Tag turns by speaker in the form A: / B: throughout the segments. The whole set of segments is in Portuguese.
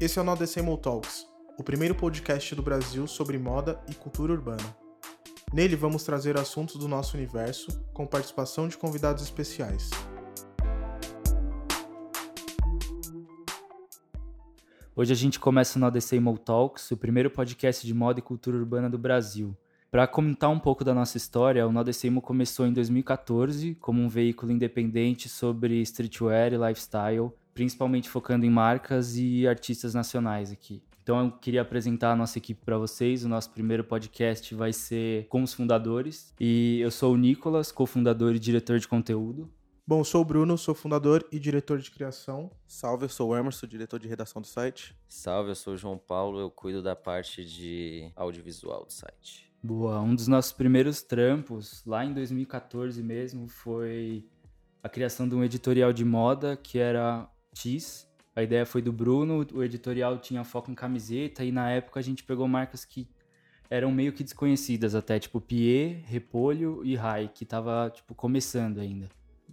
A: Esse é o Nodecemol Talks, o primeiro podcast do Brasil sobre moda e cultura urbana. Nele vamos trazer assuntos do nosso universo, com participação de convidados especiais.
B: Hoje a gente começa o Nodecemol Talks, o primeiro podcast de moda e cultura urbana do Brasil. Para comentar um pouco da nossa história, o Nodecimo começou em 2014 como um veículo independente sobre streetwear e lifestyle, principalmente focando em marcas e artistas nacionais aqui. Então eu queria apresentar a nossa equipe para vocês. O nosso primeiro podcast vai ser com os fundadores. E eu sou o Nicolas, cofundador e diretor de conteúdo.
A: Bom, sou o Bruno, sou fundador e diretor de criação.
C: Salve, eu sou o Emerson, diretor de redação do site.
D: Salve, eu sou o João Paulo, eu cuido da parte de audiovisual do site.
B: Boa, um dos nossos primeiros trampos, lá em 2014 mesmo, foi a criação de um editorial de moda que era X. A ideia foi do Bruno, o editorial tinha foco em camiseta e na época a gente pegou marcas que eram meio que desconhecidas até, tipo Pied, Repolho e Rai, que tava, tipo, começando ainda.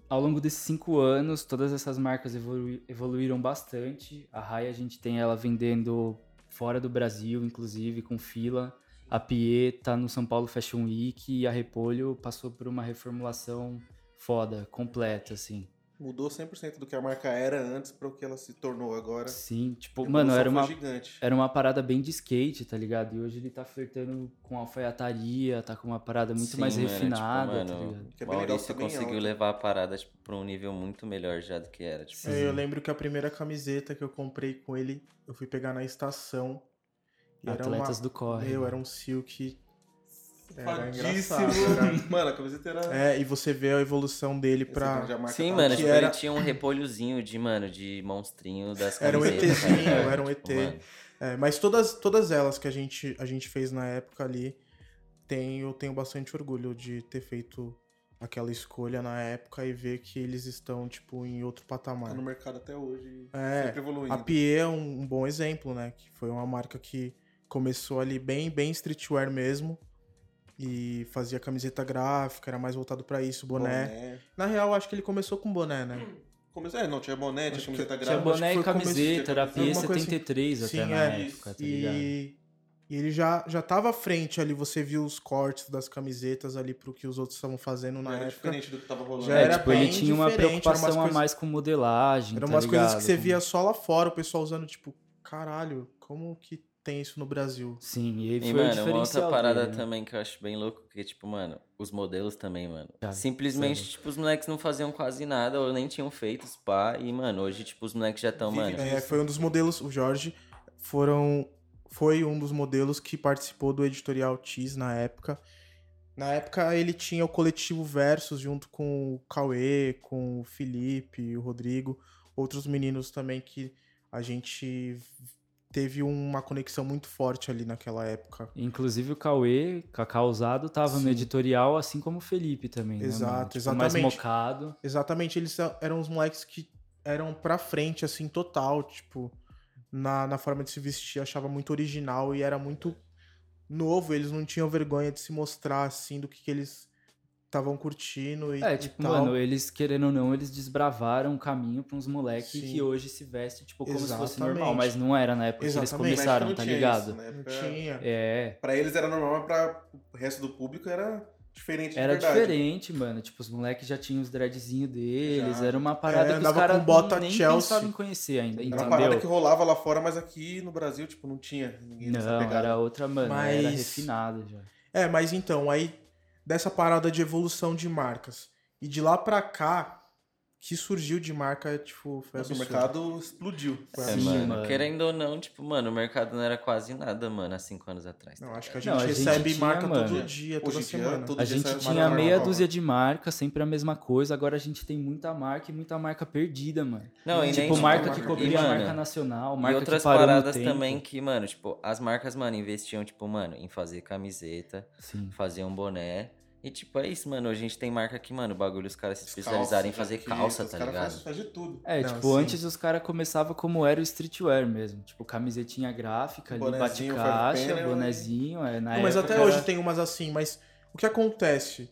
B: Ao longo desses cinco anos, todas essas marcas evolu evoluíram bastante. A Rai a gente tem ela vendendo fora do Brasil, inclusive, com fila. A Pie tá no São Paulo Fashion Week e a Repolho passou por uma reformulação foda, completa, assim.
C: Mudou 100% do que a marca era antes para o que ela se tornou
A: É.
C: agora.
B: Sim, tipo,
C: A
A: Então
B: mano,
C: evolução
B: era uma,
C: foi gigante.
B: era uma parada bem de skate, tá ligado? E hoje ele tá flertando com alfaiataria, tá com uma parada muito
D: Sim,
B: mais
D: mano,
B: refinada,
D: tipo,
B: tá
D: mano,
B: ligado?
C: Que é bem legal,
D: Maurício
C: tá bem
D: conseguiu
C: alto.
D: levar a parada tipo, pra um nível muito melhor já do que era. Tipo,
A: É, Eu lembro que a primeira camiseta que eu comprei com ele, eu fui pegar na estação. E era uma-
B: Atletas do corre.
A: Meu, era um silk. Era
C: Fadíssimo.
A: É, engraçado, cara.
C: Mano, a camiseta era.
A: É, e você vê a evolução dele
C: Esse
A: pra.
C: cara já marca
D: Sim,
C: tá
D: mano,
C: aqui.
D: tipo,
A: era-
D: ele tinha um repolhozinho de, mano, de monstrinho das
A: Era um
D: camisetas. tá
A: ETzinho,
D: ligado?
A: era um
D: Tipo,
A: ET.
D: mano,
A: É, mas todas, todas elas que a gente, a gente fez na época ali, tem, eu tenho bastante orgulho de ter feito aquela escolha na época e ver que eles estão, tipo, em outro
C: Tá
A: patamar.
C: no mercado até hoje.
A: É,
C: Sempre evoluindo.
A: A Pie é um, um bom exemplo, né? Que foi uma marca que começou ali bem, bem streetwear mesmo. E fazia camiseta gráfica, era mais voltado pra isso, boné. Na real, acho que ele começou com boné, né?
C: Começou... É, não, tinha boné, tinha
B: Tinha
C: camiseta gráfica.
B: boné
A: foi
B: e
A: o começo,
B: camiseta, era a
C: tinha
B: Pia
A: alguma coisa assim.
B: 73 até
A: Sim,
B: na
A: é,
B: época, tá ligado?
A: E, e ele já, já tava à frente ali, você viu os cortes das camisetas ali pro que os outros estavam fazendo na
C: Era
A: época.
C: diferente do que tava rolando.
A: Já
B: é,
A: era
B: tipo, ele
A: bem
B: tinha uma
A: diferente, era umas
B: preocupação a
A: coisas-
B: mais com modelagem.
A: Eram
B: tá
A: umas coisas que
B: ligado?
A: você
B: Com-
A: via só lá fora, o pessoal usando, tipo, caralho, como que tem isso no Brasil?
B: Sim, e aí
D: E,
B: foi o
D: mano, uma
B: diferencial
D: outra parada
B: dele, né?
D: também que eu acho bem louco, que, tipo, mano, os modelos também, mano.
B: Cara,
D: Simplesmente,
B: sério.
D: tipo, os moleques não faziam quase nada, ou nem tinham feito, pá. E, mano, hoje, tipo, os moleques já estão,
C: Vive
D: mano.
C: de-
A: É, foi um dos modelos, o Jorge foram, foi um dos modelos que participou do editorial X na época. Na época ele tinha o coletivo Versus junto com o Cauê, com o Felipe, o Rodrigo, outros meninos também que a gente teve uma conexão muito forte ali naquela época.
B: Inclusive o Cauê, Cacau Usado, tava
A: Sim.
B: no editorial, assim como o Felipe também. né,
A: Exato,
B: mano? Tipo, mais
A: exatamente.
B: mocado.
A: Exatamente, eles a- eram os moleques que eram pra frente, assim, total, tipo, na, na forma de se vestir, achava muito original e era muito novo, eles não tinham vergonha de se mostrar, assim, do que, que eles estavam curtindo e,
B: É,
A: e
B: tipo,
A: tal.
B: mano, eles, querendo ou não, eles desbravaram o caminho pra uns moleques
A: Sim.
B: que hoje se vestem, tipo, como se fosse
A: Exatamente.
B: normal. Mas não era na época que
A: Exatamente.
B: eles
C: Mas
B: começaram,
C: não
B: tá
C: tinha
B: ligado?
C: isso, né?
A: não
C: Pra-
A: né? tinha.
B: É.
C: Pra eles era normal, mas pra o resto do público era diferente. de
B: Era
C: verdade.
B: diferente, mano. Tipo, os moleques já tinham os dreadzinhos deles.
C: Já.
B: Era uma parada
A: É,
B: que os
A: andava
B: caras
A: com bota
B: nem
A: Chelsea.
B: pensavam em conhecer ainda,
C: Era uma parada que
B: entendeu?
C: rolava lá fora, mas aqui no Brasil, tipo, não tinha ninguém nessa
B: Não,
C: pegada.
B: era outra, mano. Era
A: Mas-
B: refinada já.
A: É, mas então, aí dessa parada de evolução de marcas. E de lá pra cá, que surgiu de marca, tipo, foi
C: Nossa, o
A: absurdo.
C: mercado explodiu.
A: Foi
D: É,
B: Sim,
A: absurdo.
D: mano,
B: mano.
D: Querendo ou não, tipo, mano, o mercado não era quase nada, mano, há cinco anos atrás. tá
A: Não, acho que a
D: ligado?
A: gente
B: Não, a gente
A: recebe
B: tinha,
A: marca todo
B: mano.
A: dia,
C: Hoje
A: toda
C: em dia,
A: semana.
C: todo
B: A
C: dia
B: gente
C: sai uma
B: tinha
C: marca
B: meia
C: nova.
B: dúzia de marcas, sempre a mesma coisa. Agora a gente tem muita marca e muita marca perdida, mano.
D: Não, e nem,
B: tipo, marca
C: marca
B: que
C: perdida.
B: cobria
D: e,
B: a
D: mano,
B: marca nacional,
D: E
B: marca
D: outras
B: que parou no
D: paradas
B: tempo.
D: também que, mano, tipo, as marcas, mano, investiam, tipo, mano, em fazer camiseta,
B: Sim.
D: fazer um boné. E, tipo, é isso, mano. A gente tem marca que, mano, o bagulho os caras se
C: As
D: especializaram em
C: calças
D: fazer
C: aqui,
D: calça,
C: né? os
D: tá
C: caras
D: ligado?
C: fazem- fazem de tudo.
B: É,
A: Não,
B: tipo,
A: sim.
B: antes os caras começavam como era o streetwear mesmo. Tipo, camisetinha gráfica, ali,
C: Bonezinho, five
B: bate-caixa,
C: panel,
B: bonezinho. É, na
A: Não, mas
B: época
A: até
B: era-
A: hoje tem umas assim, mas o que acontece?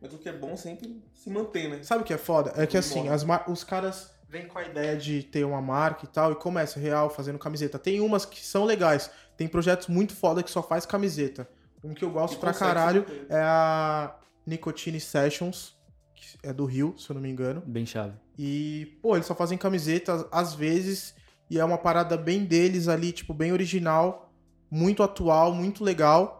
C: Mas o que é bom sempre se mantém, né?
A: Sabe o que é foda? É que assim, as mar- os caras vem com a ideia de ter uma marca e tal e começa real fazendo camiseta. Tem umas que são legais, tem projetos muito foda que só faz camiseta. Um que eu gosto pra caralho é a Nicotine Sessions, que é do Rio, se eu não me engano.
B: Bem chave.
A: E, pô, eles só fazem camisetas às vezes, e é uma parada bem deles ali, tipo, bem original, muito atual, muito legal.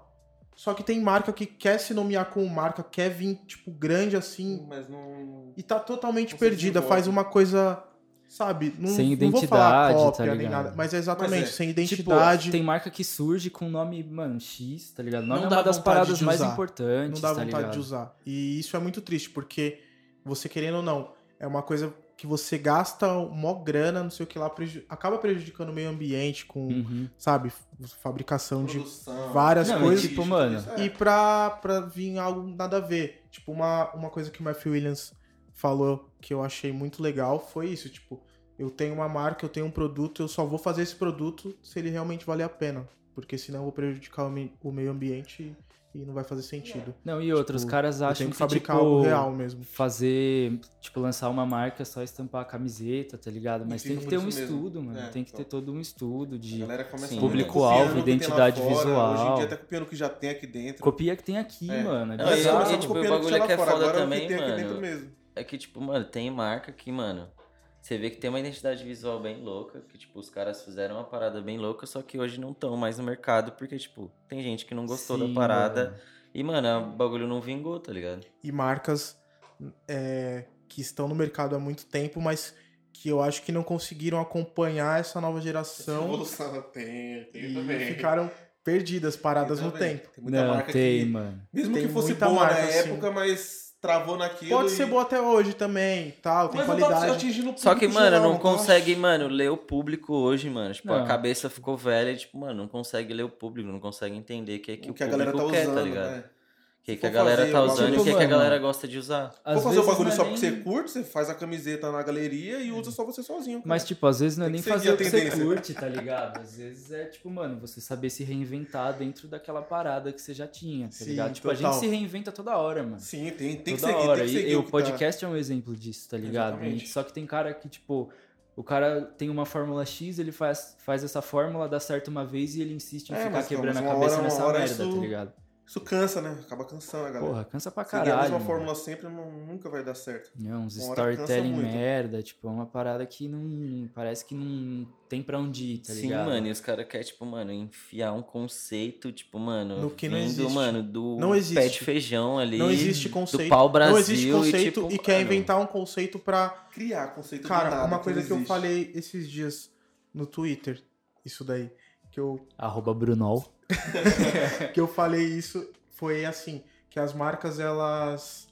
A: Só que tem marca que quer se nomear como marca, quer vir, tipo, grande assim,
C: Mas não.
A: e tá totalmente
C: Não se
A: perdida,
C: desenvolve.
A: faz uma coisa, sabe? Não,
B: Sem
A: não vou falar
B: identidade,
A: cópia
B: tá
A: nem
B: ligado?
A: nada, mas é exatamente,
C: Mas é,
A: sem
B: Tipo,
A: identidade.
B: tem marca que surge com o nome, mano, X, tá ligado? O Nome
A: Não
B: é
A: dá
B: uma das
A: vontade
B: paradas
A: de
B: mais
A: usar.
B: importantes,
A: não dá
B: tá
A: vontade
B: ligado?
A: de usar. E isso é muito triste, porque você querendo ou não, é uma coisa que você gasta mó grana, não sei o que lá, preju- acaba prejudicando o meio ambiente com,
B: Uhum.
A: sabe, f- fabricação de
C: Produção,
A: várias
B: Não, e
A: coisas.
B: tipo, mano,
C: isso, é.
A: E pra, pra vir algo nada a ver. Tipo, uma, uma coisa que o Matthew Williams falou que eu achei muito legal foi isso. Tipo, eu tenho uma marca, eu tenho um produto, eu só vou fazer esse produto se ele realmente valer a pena. Porque senão eu vou prejudicar o, me- o meio ambiente e, e não vai fazer sentido.
B: Não, e outros
A: Tipo,
B: caras
A: Eu
B: acham
A: tenho
B: É. que,
A: que fabricar
B: tipo,
A: algo real mesmo.
B: fazer, tipo, lançar uma marca é só estampar a camiseta, tá ligado? Mas
C: fica
B: tem que
C: por
B: ter um
C: isso mesmo.
B: estudo, mano.
C: É,
B: tem que ter
C: então.
B: todo um estudo
C: A
B: de
C: galera começa
D: Sim.
C: muito
B: Público-alvo,
C: copiando o que tem lá
B: identidade
C: fora,
B: visual.
C: Hoje em dia tá copiando o que já tem aqui dentro.
B: copia que tem aqui,
C: É.
B: mano. É
D: Não,
C: Mas
D: e-
B: bizarro.
C: só-
D: e,
C: só
D: tipo,
C: copiando
D: o bagulho
C: que tá lá
D: é que é
C: fora,
D: foda
C: agora é o
D: também,
C: que tem aqui
D: mano.
C: dentro mesmo.
D: É que, tipo, mano, tem marca que, mano, você vê que tem uma identidade visual bem louca, que, tipo, os caras fizeram uma parada bem louca, só que hoje não estão mais no mercado, porque, tipo, tem gente que não gostou
B: Sim,
D: da parada.
B: mano.
D: E, mano, o bagulho não vingou, tá ligado?
A: E marcas é, que estão no mercado há muito tempo, mas que eu acho que não conseguiram acompanhar essa nova geração
C: Evolução tem, tem
A: e
C: também.
A: ficaram perdidas, paradas
C: Tem
A: no
C: também.
A: tempo.
C: Tem muita
B: não,
C: marca
B: tem,
C: que.
B: mano.
C: Mesmo
A: Tem
C: que fosse
A: muita
C: boa na
A: marca, assim.
C: época, mas travou naquilo.
A: Pode
C: e-
A: ser boa até hoje também, tal, tem
C: Mas não tá
A: qualidade.
C: atingindo o
D: Só que,
C: público
D: mano,
C: geral,
D: não
C: tá?
D: consegue, mano, ler o público hoje, mano. Tipo,
B: Não.
D: a cabeça ficou velha e, tipo, mano, não consegue ler o público, não consegue entender o que é que o,
C: O que a galera tá
D: público quer, tá
C: usando,
D: ligado?
C: né?
D: O que,
C: Se
D: que a
C: for
D: galera
C: fazer
D: tá
C: o
D: usando e
B: bagulho,
D: o que, que a
B: mano,
D: galera gosta de usar.
B: Às
C: Vou fazer o
B: vezes
C: bagulho
B: não é
C: só porque
B: nem- Uhum.
C: você curte, você faz a camiseta na galeria e usa só você sozinho. cara.
B: Mas, tipo, às vezes não é
C: Tem
B: nem
C: que seguir
B: fazer
C: a
B: o que você
C: tendência.
B: curte, tá ligado? Às vezes é, tipo, mano, você saber se reinventar dentro daquela parada que você já tinha, tá
A: Sim,
B: ligado? Tipo, a
A: total.
B: gente se reinventa toda hora, mano.
C: Sim, tem, tem que
B: toda
C: seguir,
B: hora.
C: tem que
B: E-
C: seguir.
B: e o
C: que tá.
B: podcast é um exemplo disso, tá ligado?
C: Exatamente.
B: E- Só que tem cara que, tipo, o cara tem uma fórmula X, ele faz, faz essa fórmula, dá certo uma vez e ele insiste em
C: É,
B: ficar
C: mas,
B: quebrando
C: mas
B: a
C: uma
B: cabeça
C: hora- uma
B: nessa
C: hora é
B: merda,
C: isso-
B: tá ligado?
C: Isso cansa, né? Acaba cansando a galera.
B: Porra, cansa pra
C: Seguir a
B: caralho.
C: mesma
B: mano.
C: fórmula sempre não- nunca vai dar certo.
B: É, uns
C: Uma hora cansa
B: storytelling
C: muito.
B: merda, tipo, é uma parada que não. Parece que não tem pra onde ir, tá
D: Sim,
B: ligado?
D: mano, e os caras querem, tipo, mano, enfiar um conceito, tipo, mano,
A: No que não
D: vindo,
A: existe.
D: mano, do
A: Não
D: pé
A: existe.
D: de feijão ali,
A: Não existe
D: do
A: conceito.
D: pau Brasil.
A: não existe conceito e,
D: tipo,
A: quer
D: mano,
A: inventar um conceito pra.
C: Criar conceito do
A: Cara,
C: nada,
A: uma coisa
C: não
A: que eu
C: existe.
A: falei esses dias no Twitter, isso daí, que eu
B: Arroba Brunol.
C: É.
A: que eu falei isso foi assim, que as marcas elas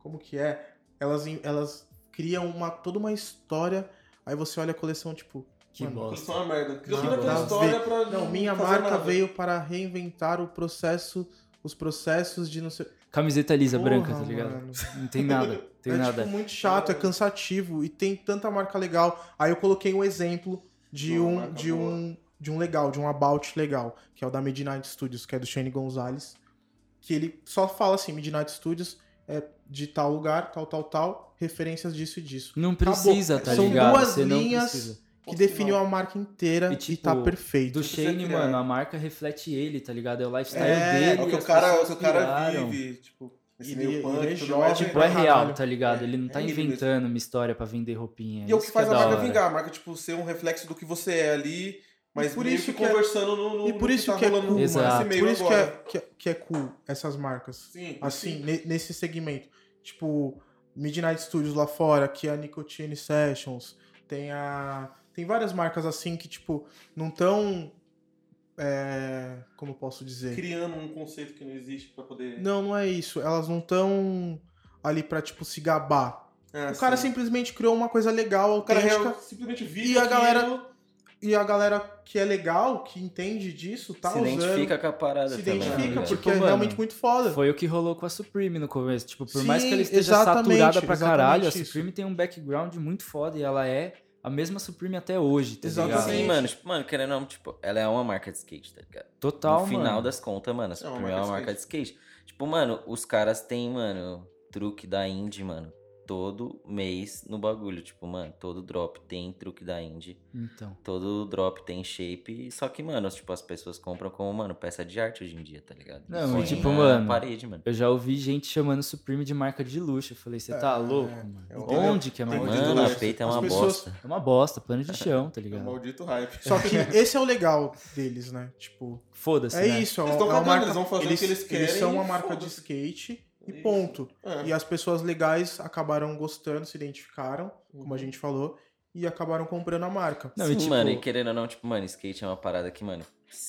A: como que é? Elas elas criam uma toda uma história, aí você olha a coleção tipo,
B: Que
A: Mano,
C: Isso
B: bosta.
C: é uma merda. Criou
A: Nada
C: toda aquela
A: a ver.
C: história pra.
A: não, minha
C: fazer
A: marca
C: nada.
A: veio para reinventar o processo, os processos de não sei
B: Camiseta lisa
A: Porra,
B: branca, tá ligado?
A: mano.
B: Não tem nada, tem
A: é
B: nada.
A: tipo muito chato, é cansativo e tem tanta marca legal. Aí eu coloquei um exemplo de
C: Uma
A: um
C: marca
A: de
C: boa.
A: um de um legal, de um about legal, que é o da Midnight Studios, que é do Shane Gonzalez, que ele só fala assim, Midnight Studios é de tal lugar, tal tal tal, referências disso e disso.
B: Não precisa, tá
A: São
B: ligado?
A: duas
B: Você não
A: linhas
B: precisa.
A: Que definiu a marca inteira
B: E,
A: e,
B: tipo,
A: tá
B: E
A: perfeito.
B: do Shane,
C: criar.
B: mano, a marca reflete ele, tá ligado? É o lifestyle
A: É,
B: dele.
C: É o que
B: as
C: o cara, o
B: pessoas
C: que o cara
B: piraram.
C: vive. Tipo, esse
A: Ele-
C: meio punk,
A: ele é
C: tudo
A: jovem,
C: mais,
B: Tipo,
A: pra
B: é
C: vai-
B: real,
A: caralho.
B: tá ligado? Ele não
C: É,
B: tá
C: é ele mesmo.
B: inventando uma história pra vender roupinha.
C: E é o que faz a
B: da
C: marca
B: hora.
C: vingar. A marca, tipo, ser um reflexo do que você é ali, mas
A: por
C: por meio
A: isso
C: isso
A: que é-
C: conversando no, no.
A: E por
C: no
A: isso
C: tá
A: que é cool,
C: rolando
A: mano.
B: nesse Exato.
A: Por
C: meio
A: isso que é,
C: agora.
A: que, é- que é cool essas marcas.
C: Sim,
A: assim,
C: sim.
A: ne- nesse segmento. Tipo, Midnight Studios lá fora, que é a Nicotine Sessions, tem a. Tem várias marcas assim que, tipo, não tão. é, como eu posso dizer?
C: criando um conceito que não existe pra poder.
A: Não, não é isso. Elas não tão ali pra, tipo, se gabar.
C: Ah,
A: o cara
C: sim.
A: simplesmente criou uma coisa legal,
C: O cara
A: autêntica.
C: real, simplesmente vive.
A: E a galera
C: aquilo,
A: E a galera que é legal, que entende disso, tá
D: se
A: usando.
D: identifica com a parada
A: se
D: também.
A: identifica,
D: tá ligado?
A: porque
B: Tipo,
A: é
B: mano,
A: realmente muito foda.
B: Foi o que rolou com a Supreme no começo. Tipo, por mais que
A: Sim,
B: ela esteja
A: exatamente,
B: saturada pra
A: exatamente
B: caralho, a
A: isso.
B: Supreme tem um background muito foda e ela é a mesma Supreme até hoje, tá
A: Exatamente.
B: ligado?
D: Sim, mano, tipo, mano, querendo ou não, tipo, ela é uma marca de skate, tá ligado?
B: Total,
D: no final
B: mano.
D: das contas, mano, a
C: É uma
D: Supreme é
C: marca
D: uma
C: de
D: marca de skate. Tipo, mano, os caras têm, mano, truque da Indy, mano. todo mês no bagulho. Tipo, mano, todo drop tem truque da indie.
B: Então.
D: Todo drop tem shape. Só que, mano, tipo, as pessoas compram como, mano, peça de arte hoje em dia, tá ligado?
B: Não,
D: Põe
B: e tipo,
D: na
B: mano,
D: parede, mano.
B: Eu já ouvi gente chamando Supreme de marca de luxo. Eu falei, você tá
A: É,
B: louco,
A: é.
B: mano?
C: É o-
B: Onde que é
C: tem
B: marca de
C: muito
D: Mano, a
B: luxo?
C: luxo.
D: peita é
A: As
D: uma
A: pessoas-
D: bosta.
B: É uma bosta, pano de chão, tá
C: É um
B: ligado?
C: maldito hype.
A: Só que esse é o legal deles, né? Tipo,
B: Foda-se,
A: é
B: né?
A: isso. É
C: Eles
A: uma,
C: tão
A: é uma
C: cagando,
A: marca,
C: eles vão fazer o que eles querem
A: são uma
C: e
A: marca de
C: foda-se.
A: skate e
C: Isso.
A: ponto.
C: É.
A: E as pessoas legais acabaram gostando, se identificaram, como a
C: Uhum.
A: gente falou, e acabaram comprando a marca.
B: Não,
D: Sim,
B: e tipo,
D: mano, e querendo ou não, tipo, mano, skate é uma parada que, mano,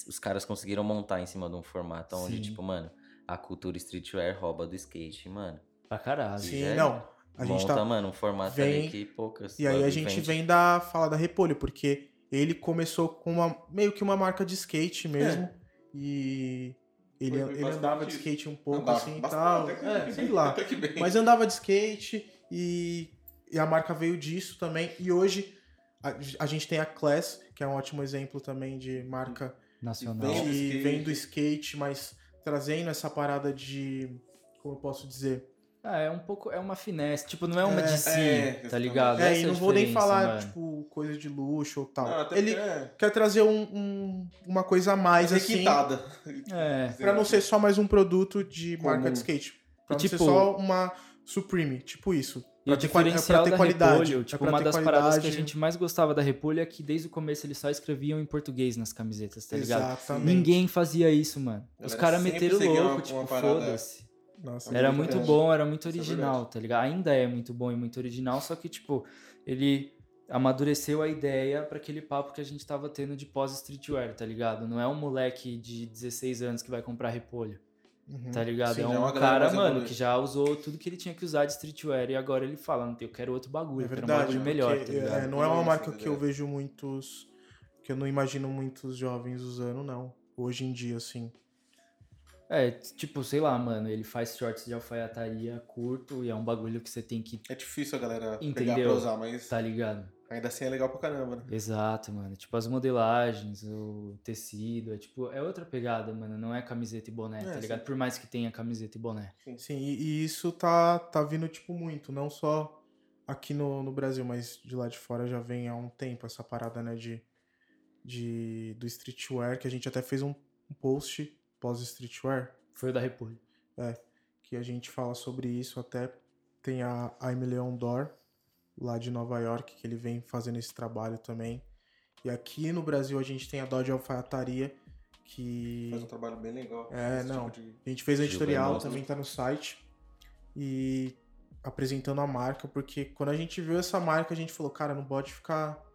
D: os caras conseguiram montar em cima de um formato onde,
B: Sim.
D: tipo, mano, a cultura streetwear rouba do skate, mano.
B: pra caralho.
A: Sim,
D: é,
A: não. A gente
D: Monta,
A: tá
D: mano, um formato
A: vem-
D: ali que poucas.
A: E aí a
D: clubes
A: gente
D: vende.
A: vem da fala da Repolho, porque ele começou com uma meio que uma marca de skate mesmo. E ele,
C: É. Foi- foi
A: ele
C: bastante
A: andava de
C: isso.
A: skate um pouco
C: Andava
A: assim e
C: bastante,
A: tal.
C: até que-
A: É, sei lá.
C: até que bem.
A: Mas andava de skate e, e a marca veio disso também. E hoje a, a gente tem a Class, que é um ótimo exemplo também de marca
B: Nacional.
C: Vem do
A: que
C: skate.
A: vem do skate, mas trazendo essa parada de. Como eu posso dizer?
B: Ah, é um pouco. É uma finesse. Tipo, não é uma
A: É,
B: de si,
C: é,
B: tá
C: exatamente.
B: ligado?
A: É,
B: Essa
A: e
B: a né?
A: não vou nem
B: diferença,
A: falar,
B: mano.
A: tipo, coisa de luxo ou tal.
C: Não, até
A: Ele,
C: porque é
A: quer trazer um- um- uma coisa a mais, assim,
C: requintada.
B: É.
A: pra
C: né?
A: não ser só mais um produto de marca
C: Comum.
A: de skate. Pra
B: E,
A: não ser
B: tipo-
A: só uma Supreme, tipo isso.
B: E o
A: ter quali- é
B: diferencial
A: pra ter
B: da
A: qualidade,
B: Repolho,
A: é
B: tipo,
A: pra
B: uma
A: ter
B: das paradas que a
A: qualidade.
B: gente mais gostava da Repolho é que desde o começo eles só escreviam em português nas camisetas, tá ligado?
A: Exatamente.
B: Ninguém fazia isso, mano. Os
C: Galera
B: caras
C: sempre
B: meteram
C: seguia
B: louco,
C: uma-
B: tipo,
C: uma parada.
B: foda-se.
A: Nossa,
B: Era
A: é
B: muito
A: verdade.
B: bom, era muito
C: Isso é
B: original, tá ligado? Ainda é muito bom e muito original, só que, tipo, ele amadureceu a ideia pra aquele papo que a gente tava tendo de pós-streetwear, tá ligado? Não é um moleque de 16 anos que vai comprar Repolho,
A: Uhum.
B: tá ligado?
C: Sim,
B: é
C: é
B: um
C: uma galera
B: cara,
C: mais
B: mano,
C: evoluída.
B: que já usou tudo que ele tinha que usar de streetwear e agora ele fala, "Não, eu quero outro bagulho,
A: É
B: eu quero um
A: verdade,
B: bagulho melhor, tá
A: porque,
B: ligado?
A: é, não é uma
C: Isso,
A: marca
C: tá
A: que eu
C: ligado?
A: vejo muitos... Que eu não imagino muitos jovens usando, não. Hoje em dia, assim.
B: É, t- tipo, sei lá, mano, ele faz shorts de alfaiataria curto e é um bagulho que você tem que,
C: É difícil a galera pegar
B: Entendeu?
C: pra usar, mas
B: tá ligado?
C: ainda assim é legal pra caramba, né?
B: Exato, mano. Tipo, as modelagens, o tecido, é tipo, é outra pegada, mano. Não é camiseta e boné,
C: É,
B: tá
C: sim.
B: ligado? Por mais que tenha camiseta e boné.
A: Sim, e, e isso tá, tá vindo, tipo, muito. Não só aqui no, no Brasil, mas de lá de fora já vem há um tempo essa parada, né, de, de, do streetwear, que a gente até fez um, um post pós-streetwear,
B: Foi o da República.
A: que a gente fala sobre isso até. Tem a, a Emily Ondor, lá de Nova York, que ele vem fazendo esse trabalho também. E aqui no Brasil a gente tem a Dodge Alfaiataria, que...
C: Faz um trabalho bem legal.
A: É,
C: esse
A: não.
C: tipo de-
A: A gente fez um
D: Gilberto
A: editorial,
D: Mosman.
A: também tá no site. E apresentando a marca, porque quando a gente viu essa marca, a gente falou, cara, não pode ficar.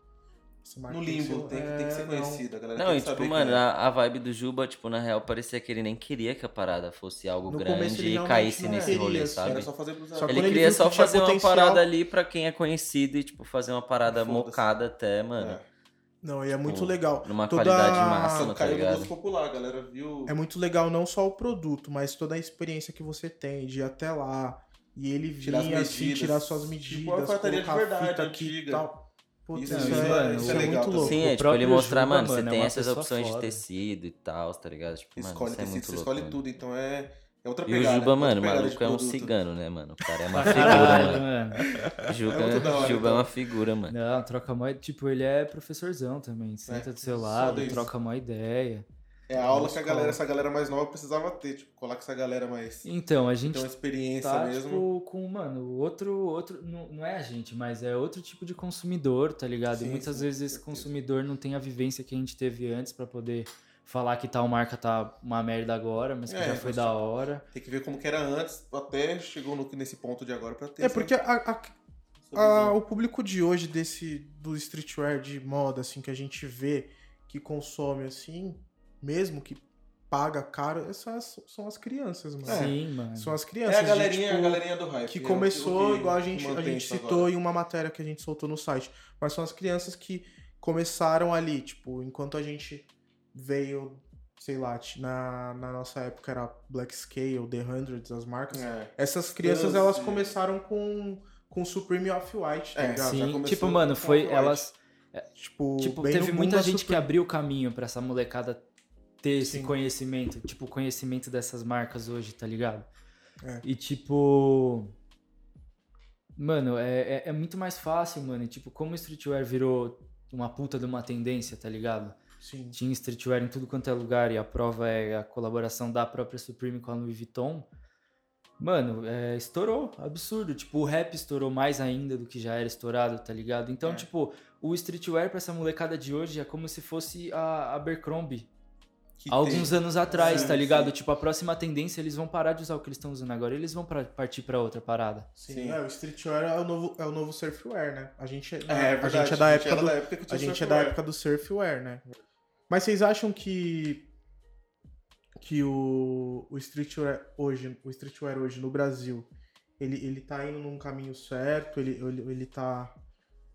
A: Essa marca
C: No
A: tem que
C: limbo,
A: ser-
C: tem que, tem que ser
A: É, não.
C: conhecida, a galera.
D: Não,
C: tem
D: e
C: que
D: tipo,
C: saber
D: mano,
C: quem é.
D: a, a vibe do Juba, tipo, na real, parecia que ele nem queria que a parada fosse algo
A: No começo ele
D: grande e
A: realmente
D: caísse
A: não
D: nesse
A: queria,
D: rolê,
A: assim,
D: sabe?
C: Era É só fazer pros
A: Só
C: amigos.
A: quando
D: Ele
A: ele
D: queria
A: viu
D: só
A: que tinha
D: fazer uma
A: potencial-
D: parada ali pra quem é conhecido e, tipo, fazer uma parada
C: Foda-se.
D: mocada até, mano.
C: É.
A: Não, e é muito
D: Tipo,
A: legal.
D: Numa
A: Toda-
D: qualidade
A: Ah,
D: máxima,
C: Nossa,
D: tá
C: caiu no
D: ligado?
C: gosto popular, a galera viu.
A: É muito legal não só o produto, mas toda a experiência que você tem de ir até lá. E ele vir
C: Tirar as
A: assim,
C: medidas.
A: tirar suas
C: Tipo,
A: medidas,
C: uma alfaiataria de
A: colocar a
C: verdade,
A: fita aqui e
C: antiga.
A: tal. Putz,
C: Isso
A: isso,
C: é-
A: é,
C: isso
A: isso
C: é
A: é
C: legal
A: muito louco.
C: também.
D: Sim,
B: O
D: é, tipo, ele
B: próprio
D: mostrar,
B: Juba,
D: mano,
B: mano,
D: você
B: é
D: tem
B: uma
D: essas
B: pessoa
D: opções
B: foda.
D: de tecido e tal, tá ligado? Tipo, mano,
C: Escolhe
D: isso é
C: tecido,
D: muito
C: você
D: louco.
C: escolhe
D: mano.
C: tudo, então é, é outra
D: E
A: né?
C: pegada.
D: o
C: é outra
D: Juba, mano, o
C: pegada de
D: maluco é um
C: produto.
D: cigano, né, mano? O cara é uma
B: Pra
D: figura,
B: caralho,
D: mano.
B: Tá mano.
D: Juba,
C: É muito da hora,
D: Juba é
C: então.
D: uma figura, mano.
B: Não, troca mó. Tipo, ele é professorzão também. Senta do seu
C: É, só
B: lado,
C: deles.
B: troca mó ideia.
C: É a aula
A: um
B: Nossa,
C: que a galera,
B: cara.
C: essa galera mais nova precisava ter, tipo, colar com essa galera mais.
B: Então, a gente
C: Tem uma experiência
B: tá,
C: mesmo.
B: tipo, com, mano, outro, outro, não, não é a gente, mas é outro tipo de consumidor, tá ligado? e
C: Sim,
B: muitas
C: sim,
B: vezes
C: com
B: esse
C: certeza.
B: consumidor não tem a vivência que a gente teve antes pra poder falar que tal marca tá uma merda agora, mas que
C: É,
B: já foi
C: você-
B: da hora.
C: Tem que ver como que era antes, até chegou no- nesse ponto de agora pra ter.
A: É
C: essa-
A: porque a- a-
C: essa
A: Ah,
C: visão.
A: o público de hoje desse do streetwear de moda assim que a gente vê que consome assim, mesmo que paga caro, essas são as crianças, mano.
B: Sim, mano.
A: São as
C: É
A: crianças.
C: a
A: de,
C: galerinha,
A: tipo,
C: a galerinha do hype.
A: que
C: é o
A: começou
C: que-
A: igual a
C: que
A: gente, a
C: mantém
A: gente
C: isso agora.
A: citou em uma matéria que a gente soltou no site, mas são as crianças que começaram ali, tipo, enquanto a gente veio, sei lá, na, na nossa época era Black Scale, The Hundreds, as marcas.
C: É.
A: Essas crianças elas
C: Sim.
A: começaram com com Supreme Off-White, tá
C: É,
A: ligado?
C: já
B: Sim,
C: começou
B: tipo,
C: com
B: mano, foi
C: copyright.
B: elas,
A: Tipo,
B: tipo,
A: bem
B: teve
A: no boom
B: muita
A: da
B: gente que
A: Supreme.
B: abriu o caminho pra essa molecada ter esse
A: Sim.
B: conhecimento, tipo, o conhecimento dessas marcas hoje, tá ligado?
A: É.
B: E tipo, Mano, é, é, é muito mais fácil, mano. E, tipo, como o streetwear virou uma puta de uma tendência, tá ligado?
A: Sim.
B: Tinha streetwear em tudo quanto é lugar e a prova é a colaboração da própria Supreme com a Louis Vuitton. Mano, é, estourou, absurdo. Tipo, o rap estourou mais ainda do que já era estourado, tá ligado? Então,
A: É.
B: tipo, o streetwear pra essa molecada de hoje é como se fosse a Abercrombie
C: Que
B: há alguns anos atrás,
C: Sim,
B: tá
C: sim.
B: ligado? Tipo, a próxima tendência eles vão parar de usar o que eles estão usando agora, eles vão pra- partir pra outra parada.
A: Sim,
C: Sim.
A: É, o streetwear é o novo, é o novo surfwear, né? A gente é,
C: tem- É, é
A: a
C: verdade,
A: gente é da época
C: era
A: do,
C: da época que
A: a
C: tinha
A: gente é da
C: software.
A: época do surfwear, né? Mas vocês acham que que o, o streetwear hoje, o streetwear hoje no Brasil, ele ele tá indo num caminho certo, ele ele, ele tá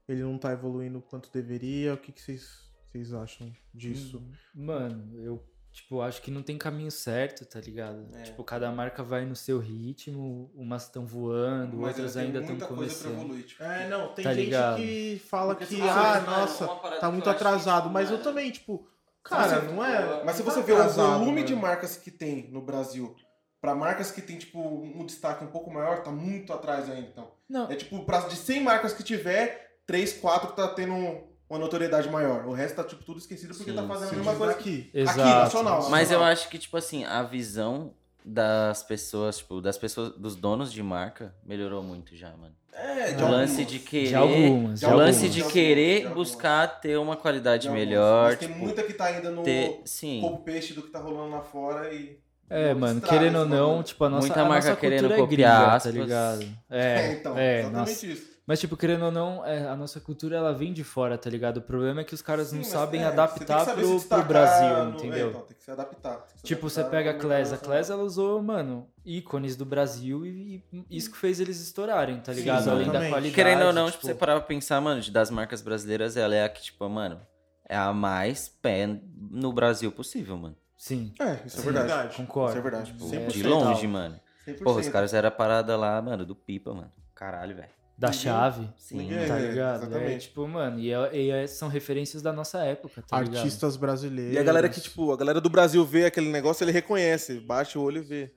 A: ele não tá evoluindo o quanto deveria. O que que vocês vocês acham disso?
B: Mano, eu, tipo, acho que não tem caminho certo, tá ligado?
C: É.
B: Tipo, cada marca vai no seu ritmo, umas estão voando,
C: Mas
B: outras
C: tem
B: ainda
C: muita
B: estão
C: coisa pra
B: começando.
C: evoluir, tipo,
A: É, não, tem
B: Tá
A: gente
B: ligado.
A: que fala
D: Porque
A: que
D: se você
A: ah,
D: olhar,
A: nossa,
D: uma parada
A: tá
D: que
A: muito
D: eu acho que,
A: atrasado,
D: tipo,
A: mas eu
D: mano,
A: também, tipo, cara,
D: você-
A: não é.
C: Mas se
A: não
C: é- você
A: tá
C: vê o
A: atrasado,
C: volume
A: né?
C: de marcas que tem no Brasil, pra marcas que tem, tipo, um destaque um pouco maior, tá muito atrás ainda, então.
B: Não,
C: É tipo, pra, de 100 marcas que tiver, 3, 4 tá tendo um- uma notoriedade maior. O resto tá, tipo, tudo esquecido porque
D: Sim,
C: tá fazendo
A: Sim,
C: a mesma coisa aqui.
A: daqui.
B: Exato.
C: nacional.
D: Mas eu acho que, tipo assim, a visão das pessoas, tipo, das pessoas, dos donos de marca, melhorou muito já, mano.
C: É,
A: de
D: O lance
C: algumas.
D: de querer.
B: de algumas, de
D: o lance
B: algumas.
D: de
C: algumas.
D: querer
C: De algumas.
D: buscar ter uma qualidade
C: De algumas.
D: é melhor.
C: Mas tem
D: tipo,
C: muita que tá ainda no
D: ter, sim.
C: pouco peixe do que tá rolando lá fora e.
B: É,
C: não
B: mano,
C: estraga
B: querendo ou
C: esse
B: não,
C: bagulho.
B: tipo, a nossa,
D: Muita
B: a
D: marca
B: nossa
D: querendo
B: cultura é
D: copiar,
B: gringa, tá
D: aspas.
B: ligado?
C: É,
B: É,
C: então,
B: é,
C: exatamente
B: nossa.
C: isso.
B: Mas, tipo, querendo ou não, é, a nossa cultura ela vem de fora, tá ligado? O problema é que os caras
C: Sim,
B: não
C: mas
B: sabem
C: é, você tem que
B: adaptar
C: saber
B: pro,
C: se
B: pro
C: destacar
B: Brasil,
C: no-
B: entendeu?
C: É, então, tem que se adaptar. tem que se
B: tipo, você
C: adaptar
B: pega a
C: no
B: Class. A
C: mercado
B: Class, ela usou, mano, ícones do Brasil e, e isso que fez eles estourarem, tá
A: Sim,
B: ligado? Além da
A: exatamente.
B: qualidade.
D: Querendo ou não, tipo,
B: tipo,
D: você parar pra pensar, mano, de- das marcas brasileiras, ela é a que, tipo, mano, é a mais pé no Brasil possível, mano.
B: Sim,
C: nacional. É, isso é
A: Sim.
C: verdade.
A: Verdade.
B: concordo.
C: Isso é verdade.
D: Tipo,
C: 100%.
D: de longe,
B: Total.
D: mano.
C: 100%.
D: Porra, os caras eram a parada lá, mano, do pipa, mano. Caralho, velho.
B: Da
C: Ninguém-
B: chave,
D: Sim.
C: ninguém-
D: mano.
B: tá
C: É,
B: ligado?
C: exatamente.
B: É, tipo, mano, e, é- e é- são referências da nossa época, tá ligado?
A: Artistas brasileiros.
C: E a galera que, tipo, a galera do Brasil vê aquele negócio, ele reconhece, bate o olho e vê.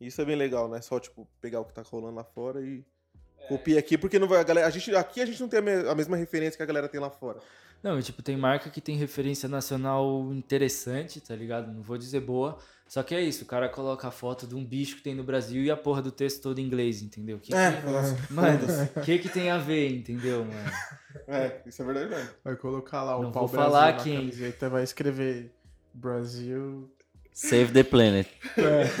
C: Isso é bem legal, né? Só, tipo, pegar o que tá rolando lá fora e copia aqui, porque não vai, a galera, a gente, aqui a gente não tem a, me- a mesma referência que a galera tem lá fora.
B: Não, e, tipo, tem marca que tem referência nacional interessante, tá ligado? Não vou dizer boa. Só que é isso, o cara coloca a foto de um bicho que tem no Brasil e a porra do texto todo em inglês, entendeu? Que,
C: É,
B: Mano, o que que tem a ver, entendeu, mano?
C: é isso é verdade mesmo.
A: Vai colocar lá
B: Não
A: o pau
B: vou falar
A: Brasil
B: quem.
A: na camiseta, vai escrever Brasil.
D: Save the planet.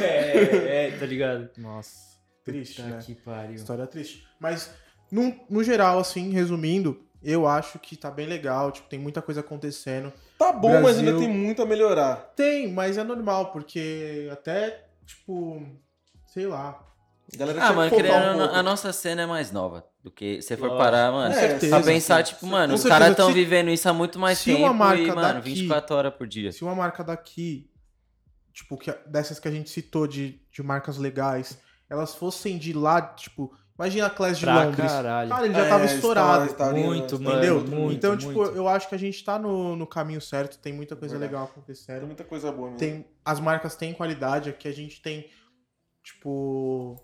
B: É, é, tá ligado?
A: Nossa, triste,
B: Puta
A: né?
B: que pariu.
A: História triste. Mas, no, no geral, assim, resumindo, eu acho que tá bem legal, tipo, tem muita coisa acontecendo.
C: Tá bom, mas ainda
A: Brasil-
C: tem muito a melhorar.
A: Tem, mas é normal, porque até, tipo, sei lá.
C: A galera
D: Ah,
C: tinha
D: mano,
C: que focar
D: querendo,
C: um
D: ou não,
C: pouco.
D: a nossa cena é mais nova do que se for
B: Lógico.
D: parar, mano.
C: Com certeza,
D: pra pensar,
C: sim.
D: tipo, mano,
A: É, Com
D: os
A: certeza,
D: caras tão
A: se-
D: vivendo isso há muito mais
A: se
D: tempo
A: uma marca
D: e, mano,
A: daqui-
D: 24 horas por dia.
A: Se uma marca daqui, tipo, que, dessas que a gente citou de, de marcas legais, elas fossem de lá, tipo, imagina a Class de
B: Pra
A: Londres.
B: caralho.
A: Cara, ele já
C: É,
A: tava
C: eles
A: estourado.
C: estavam- estavam-
B: Muito,
C: estavam-
B: mano,
A: Entendeu?
B: muito,
A: então, tipo,
B: muito.
A: eu acho que a gente tá no, no caminho certo, tem muita coisa
C: Verdade.
A: legal
C: Tem
A: acontecendo.
C: muita coisa boa mesmo.
A: Tem, as marcas têm qualidade, aqui a gente tem, tipo.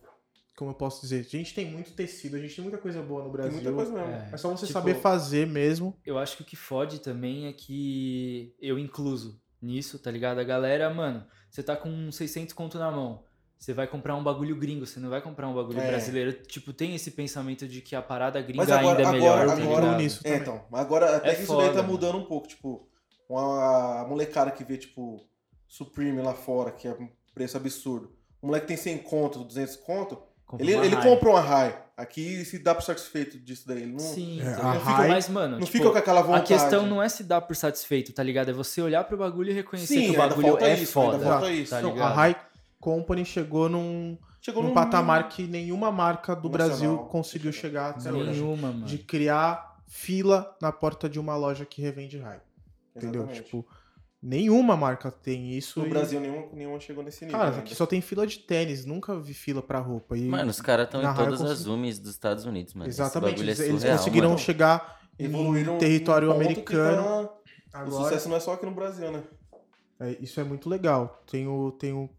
A: Como eu posso dizer? A gente tem muito tecido, a gente tem muita coisa boa no
C: Tem
A: Brasil.
C: muita coisa mesmo.
B: É.
A: É só você
B: Tipo,
A: saber fazer mesmo.
B: Eu acho que o que fode também é que eu incluso nisso, tá ligado? A galera, mano, você tá com 600 conto na mão. Você vai comprar um bagulho gringo, você não vai comprar um bagulho
C: É.
B: brasileiro. Tipo, tem esse pensamento de que a parada gringa
C: Mas agora-
B: ainda é
C: agora-
B: melhor, tá
C: agora
B: ligado?
A: nisso.
C: É,
A: também.
C: então, mas agora até
B: É
C: que isso daí
B: foda,
C: tá
B: mano.
C: mudando um pouco, tipo, uma molecada que vê, tipo, Supreme lá fora, que é um preço absurdo. O moleque tem 100 conto, 200 conto,
B: Compra
C: ele,
B: uma
C: ele
B: Rai.
C: comprou uma high. Aqui se dá pro satisfeito disso daí. Ele não,
B: Sim,
A: É,
B: tá
A: a
B: ligado?
A: Rai-
B: mas, mano,
C: não
B: tipo,
C: fica com aquela
B: a
C: vontade.
B: questão não é se dar por satisfeito, tá ligado? É você olhar pro bagulho e reconhecer
C: Sim,
B: que o
C: ainda
B: bagulho
C: falta
B: é
C: isso,
B: foda.
C: ainda falta isso.
B: Tá
A: Não, a
B: ligado? Um
A: High Company chegou num,
C: Chegou
A: num patamar que nenhuma marca do
C: Nacional.
A: Brasil conseguiu chegar até hoje.
B: Nenhuma, mano.
A: De criar fila na porta de uma loja que revende High. Entendeu?
C: Exatamente.
A: Tipo, nenhuma marca tem isso.
C: No
A: e-
C: Brasil nenhuma, nenhuma chegou nesse nível. né?
A: Cara,
C: ainda.
A: aqui só tem fila de tênis, nunca vi fila pra roupa. E
D: Mano, os caras estão
A: um Na
D: em
A: Raio
D: todas as
A: consegui-
D: UMIs dos Estados Unidos, mano. Esse
A: Exatamente,
D: bagulho é
A: eles, eles
D: surreal,
A: conseguiram
D: mano.
A: chegar
B: um
A: em território
C: num um ponto que
A: americano.
C: tá- O sucesso não é só aqui no Brasil, né?
A: É, isso é muito legal. Tenho, tenho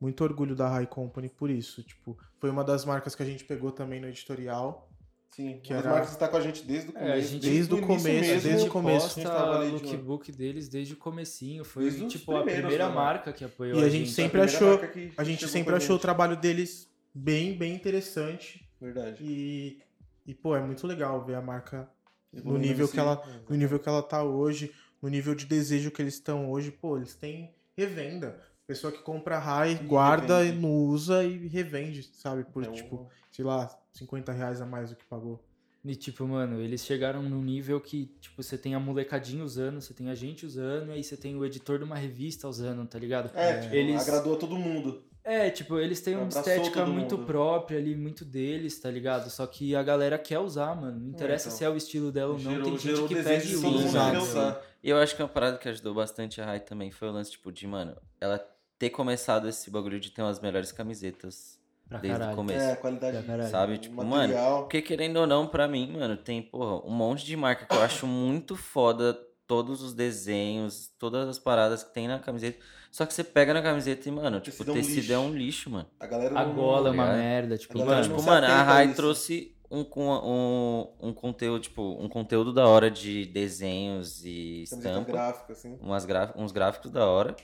A: muito orgulho da High Company por isso. Tipo, foi uma das marcas que a gente pegou também no editorial.
C: Sim,
A: Que
C: que as
A: era-
C: marcas está tá com a gente desde o começo.
B: É, a gente-
A: Desde o
C: início
A: começo,
C: mesmo,
A: desde o
C: a
A: começo.
C: gente
B: posta
C: tava
B: o
C: ali de uma-
B: lookbook deles desde o comecinho. Foi,
C: Desde os
B: tipo, a
C: primeiros,
B: primeira
C: né,
B: marca que apoiou
A: E a
B: a
A: gente
B: gente.
A: sempre
C: primeira
A: achou-
C: marca que
A: A gente
C: chegou
A: sempre
C: pra
A: achou o trabalho deles bem, bem interessante.
C: Verdade.
A: E, e, pô, é muito legal ver a marca no
C: Evoluindo
A: nível
C: assim.
A: que ela no nível que ela tá hoje, no nível de desejo que eles estão hoje, pô, eles têm revenda. Pessoa que compra high, guarda
C: revende.
A: e não usa e revende, sabe? Por,
C: É um-
A: tipo, sei lá, 50 reais a mais do que pagou.
B: E, tipo, mano, eles chegaram num nível que, tipo, você tem a molecadinha usando, você tem a gente usando, e aí você tem o editor de uma revista usando, tá ligado?
C: É, tipo,
B: Eles-
C: agradou a todo mundo.
B: É, tipo, eles têm uma
C: Abraçou
B: estética
C: todo
B: muito
C: mundo.
B: própria ali, muito deles, tá ligado? Só que a galera quer usar, mano. Não interessa
C: então.
B: se é o estilo dela ou não,
C: gerou
B: tem
C: gerou
B: gente
C: o
B: que pega
C: desejo
B: e
C: de todo
D: usa,
C: mundo
A: né,
C: querer
A: meu?
C: usar.
D: E eu acho que é uma parada que ajudou bastante a Rai também foi o lance, tipo, de, mano, ela ter começado esse bagulho de ter umas melhores camisetas
B: Pra
D: desde o
B: caralho.
D: começo.
C: É, a qualidade
B: Pra
C: de-
B: caralho.
D: Sabe? Tipo, mano,
C: material.
D: Porque querendo ou não, pra mim, mano, tem, porra, um monte de marca que eu acho muito foda. Todos os desenhos, todas as paradas que tem na camiseta. Só que você pega na camiseta e, mano, tipo,
C: Tecido é um
D: tecido é
C: lixo.
D: um lixo, mano.
C: A galera
B: A
C: não-
B: gola é uma
D: Obrigado.
B: merda, tipo,
C: Agora,
D: Então,
B: mano.
C: não
D: tipo,
C: se
D: mano, a
C: atenta a
D: Rai
C: isso.
D: trouxe um, com- um, um conteúdo, tipo, um conteúdo da hora de desenhos e
C: camiseta
D: estampa.
C: gráfica, assim.
D: Umas graf- uns gráficos da hora.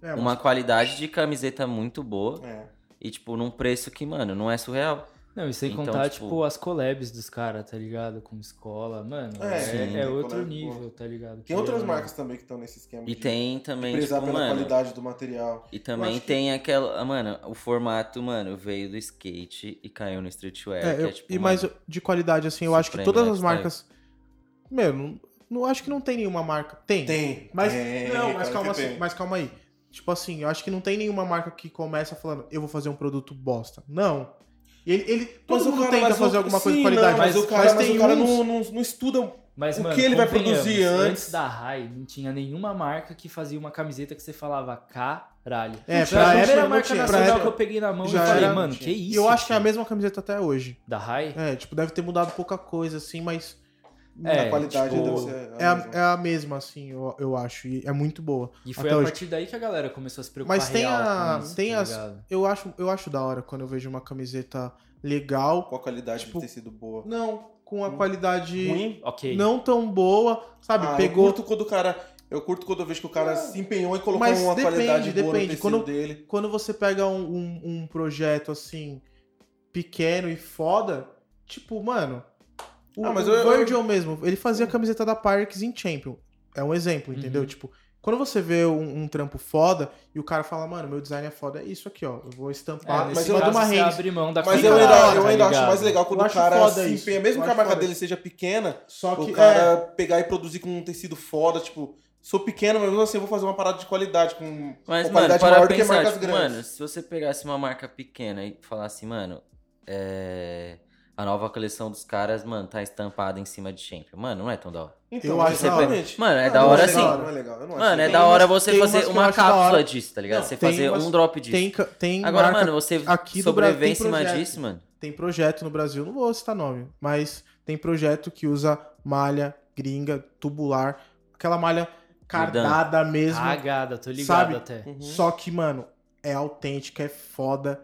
A: É,
D: Uma qualidade de camiseta muito boa.
C: É.
D: E, tipo, num preço que, mano, não é surreal.
B: Não, e sem
D: Então,
B: contar,
D: tipo-
B: tipo, as collabs dos caras, tá ligado? Com escola, mano.
C: É,
B: É,
D: sim,
B: é
C: tem
B: outro
C: collab,
B: nível,
C: pô.
B: tá ligado?
C: Tem outras
B: Que-
C: marcas também que estão nesse esquema.
D: né? E
C: de
D: tem também,
C: prezar
D: tipo,
C: pela
D: mano.
C: qualidade do material.
D: E também
C: acho que-
D: tem aquela. ah, Mano, o formato, mano, veio do skate e caiu no streetwear.
A: É,
D: que
A: eu-
D: é, tipo,
A: e mais
D: mano,
A: de qualidade, assim, eu acho que
D: Supreme,
A: todas as
D: Lifestyle.
A: marcas. Meu, não, não acho que não tem nenhuma marca. Tem.
C: Tem.
A: Mas,
C: Tem,
A: não, mas
C: claro
A: calma,
C: que
A: assim,
C: tem.
A: mas calma aí. Tipo assim, eu acho que não tem nenhuma marca que começa falando, eu vou fazer um produto bosta. Não. Ele, ele, todo
C: Mas o
A: mundo
C: cara-
A: tenta
C: mas o-
A: fazer alguma coisa de
C: sim,
A: qualidade,
C: não,
A: mas,
C: mas, o cara, mas
A: tem
C: o cara
A: uns-
C: não, não, não estuda.
B: Mas,
C: O
B: mano,
C: que ele vai
B: convenhamos,
C: produzir antes?
B: da Rai, não tinha nenhuma marca que fazia uma camiseta que você falava caralho.
A: É,
B: Foi a
A: pra
B: primeira
A: época não
B: marca
A: tinha, pra
B: nacional
A: época-
B: que eu peguei na mão e
A: já
B: falei,
A: era-
B: mano, que
A: E
B: isso?
A: eu acho que é a
B: tio?
A: mesma camiseta até hoje.
B: Da Rai?
A: É, tipo, deve ter mudado pouca coisa, assim, mas.
B: É,
C: a qualidade
B: tipo,
C: deve ser.
A: É a, é a mesma, assim, eu, eu acho. E é muito boa.
B: E foi
A: Até
B: a
A: hoje.
B: partir daí que a galera começou a se preocupar
A: Mas tem
B: real
A: a-
B: com isso,
A: tem
B: tá
A: as-
B: ligado?
A: Eu acho, eu acho da hora quando eu vejo uma camiseta legal.
C: Com a qualidade
A: Tipo,
C: de tecido boa.
A: Não, com a
C: Hum.
A: qualidade
C: Ruim?
B: Ok.
A: não tão boa, sabe?
C: Ah,
A: Pegou. É.
C: Eu curto quando o cara. Eu curto quando eu vejo que o cara se empenhou e colocou
A: Mas
C: uma
A: depende,
C: qualidade boa
A: depende.
C: no tecido
A: Quando-
C: dele.
A: Quando você pega um, um, um projeto assim, pequeno e foda, tipo, mano. O,
C: Ah, mas
A: o
C: eu- Hum. eu-
A: Virgil mesmo, ele fazia a camiseta da Parks em Champion. É um exemplo,
B: Uhum.
A: entendeu? Tipo, quando você vê um, um trampo foda e o cara fala, mano, meu design é foda, é isso aqui, ó. Eu vou
B: É,
A: estampar em
B: mas
C: nesse
A: cima de uma
B: você
A: Hanes.
B: abre mão da
C: Mas
A: fica
C: eu
A: da hora,
C: ainda, eu
B: tá
C: ainda acho
B: ligado?
C: mais legal quando
A: Eu
C: o
A: acho
C: cara
A: foda
C: se
A: isso.
C: empenha, mesmo
A: Eu
C: que a
A: acho
C: marca
A: foda
C: dele seja pequena,
A: Só que.
C: o
A: é,
C: cara pegar e produzir com um tecido foda, tipo, sou pequeno, mas mesmo assim eu vou fazer uma parada de qualidade, com, um-
D: Mas, mano,
C: com qualidade
D: para
C: maior do que
D: pensar,
C: marcas
D: tipo,
C: grandes.
D: mano, se você pegasse uma marca pequena e falasse, mano, é, a nova coleção dos caras, mano, tá estampada em cima de Champion. Mano, não é tão da hora.
A: Eu
C: então,
A: acho
C: você
A: da hora.
C: realmente.
D: Mano, é
C: Não,
D: da
C: não
D: hora
C: legal,
D: assim.
C: Não é legal, eu não acho
D: Mano, é
A: Tem
C: legal.
D: da
A: umas-
D: hora você
A: tem umas
D: fazer
A: que eu
D: uma
A: acho da hora.
D: cápsula disso, tá ligado?
A: Não,
D: você
A: tem
D: fazer
A: umas-
D: um drop disso.
A: tem, ca- tem
D: Agora,
A: marca
D: mano, você
A: aqui do
D: sobreviver
A: Brasil
D: em
A: tem
D: cima
A: projeto.
D: disso, mano.
A: tem projeto no Brasil, não vou citar nome, mas tem projeto que usa malha gringa, tubular, aquela malha cardada mesmo.
B: Cagada, tô ligado
A: Sabe?
B: até.
C: Uhum.
A: Só que, mano, é autêntica, é foda.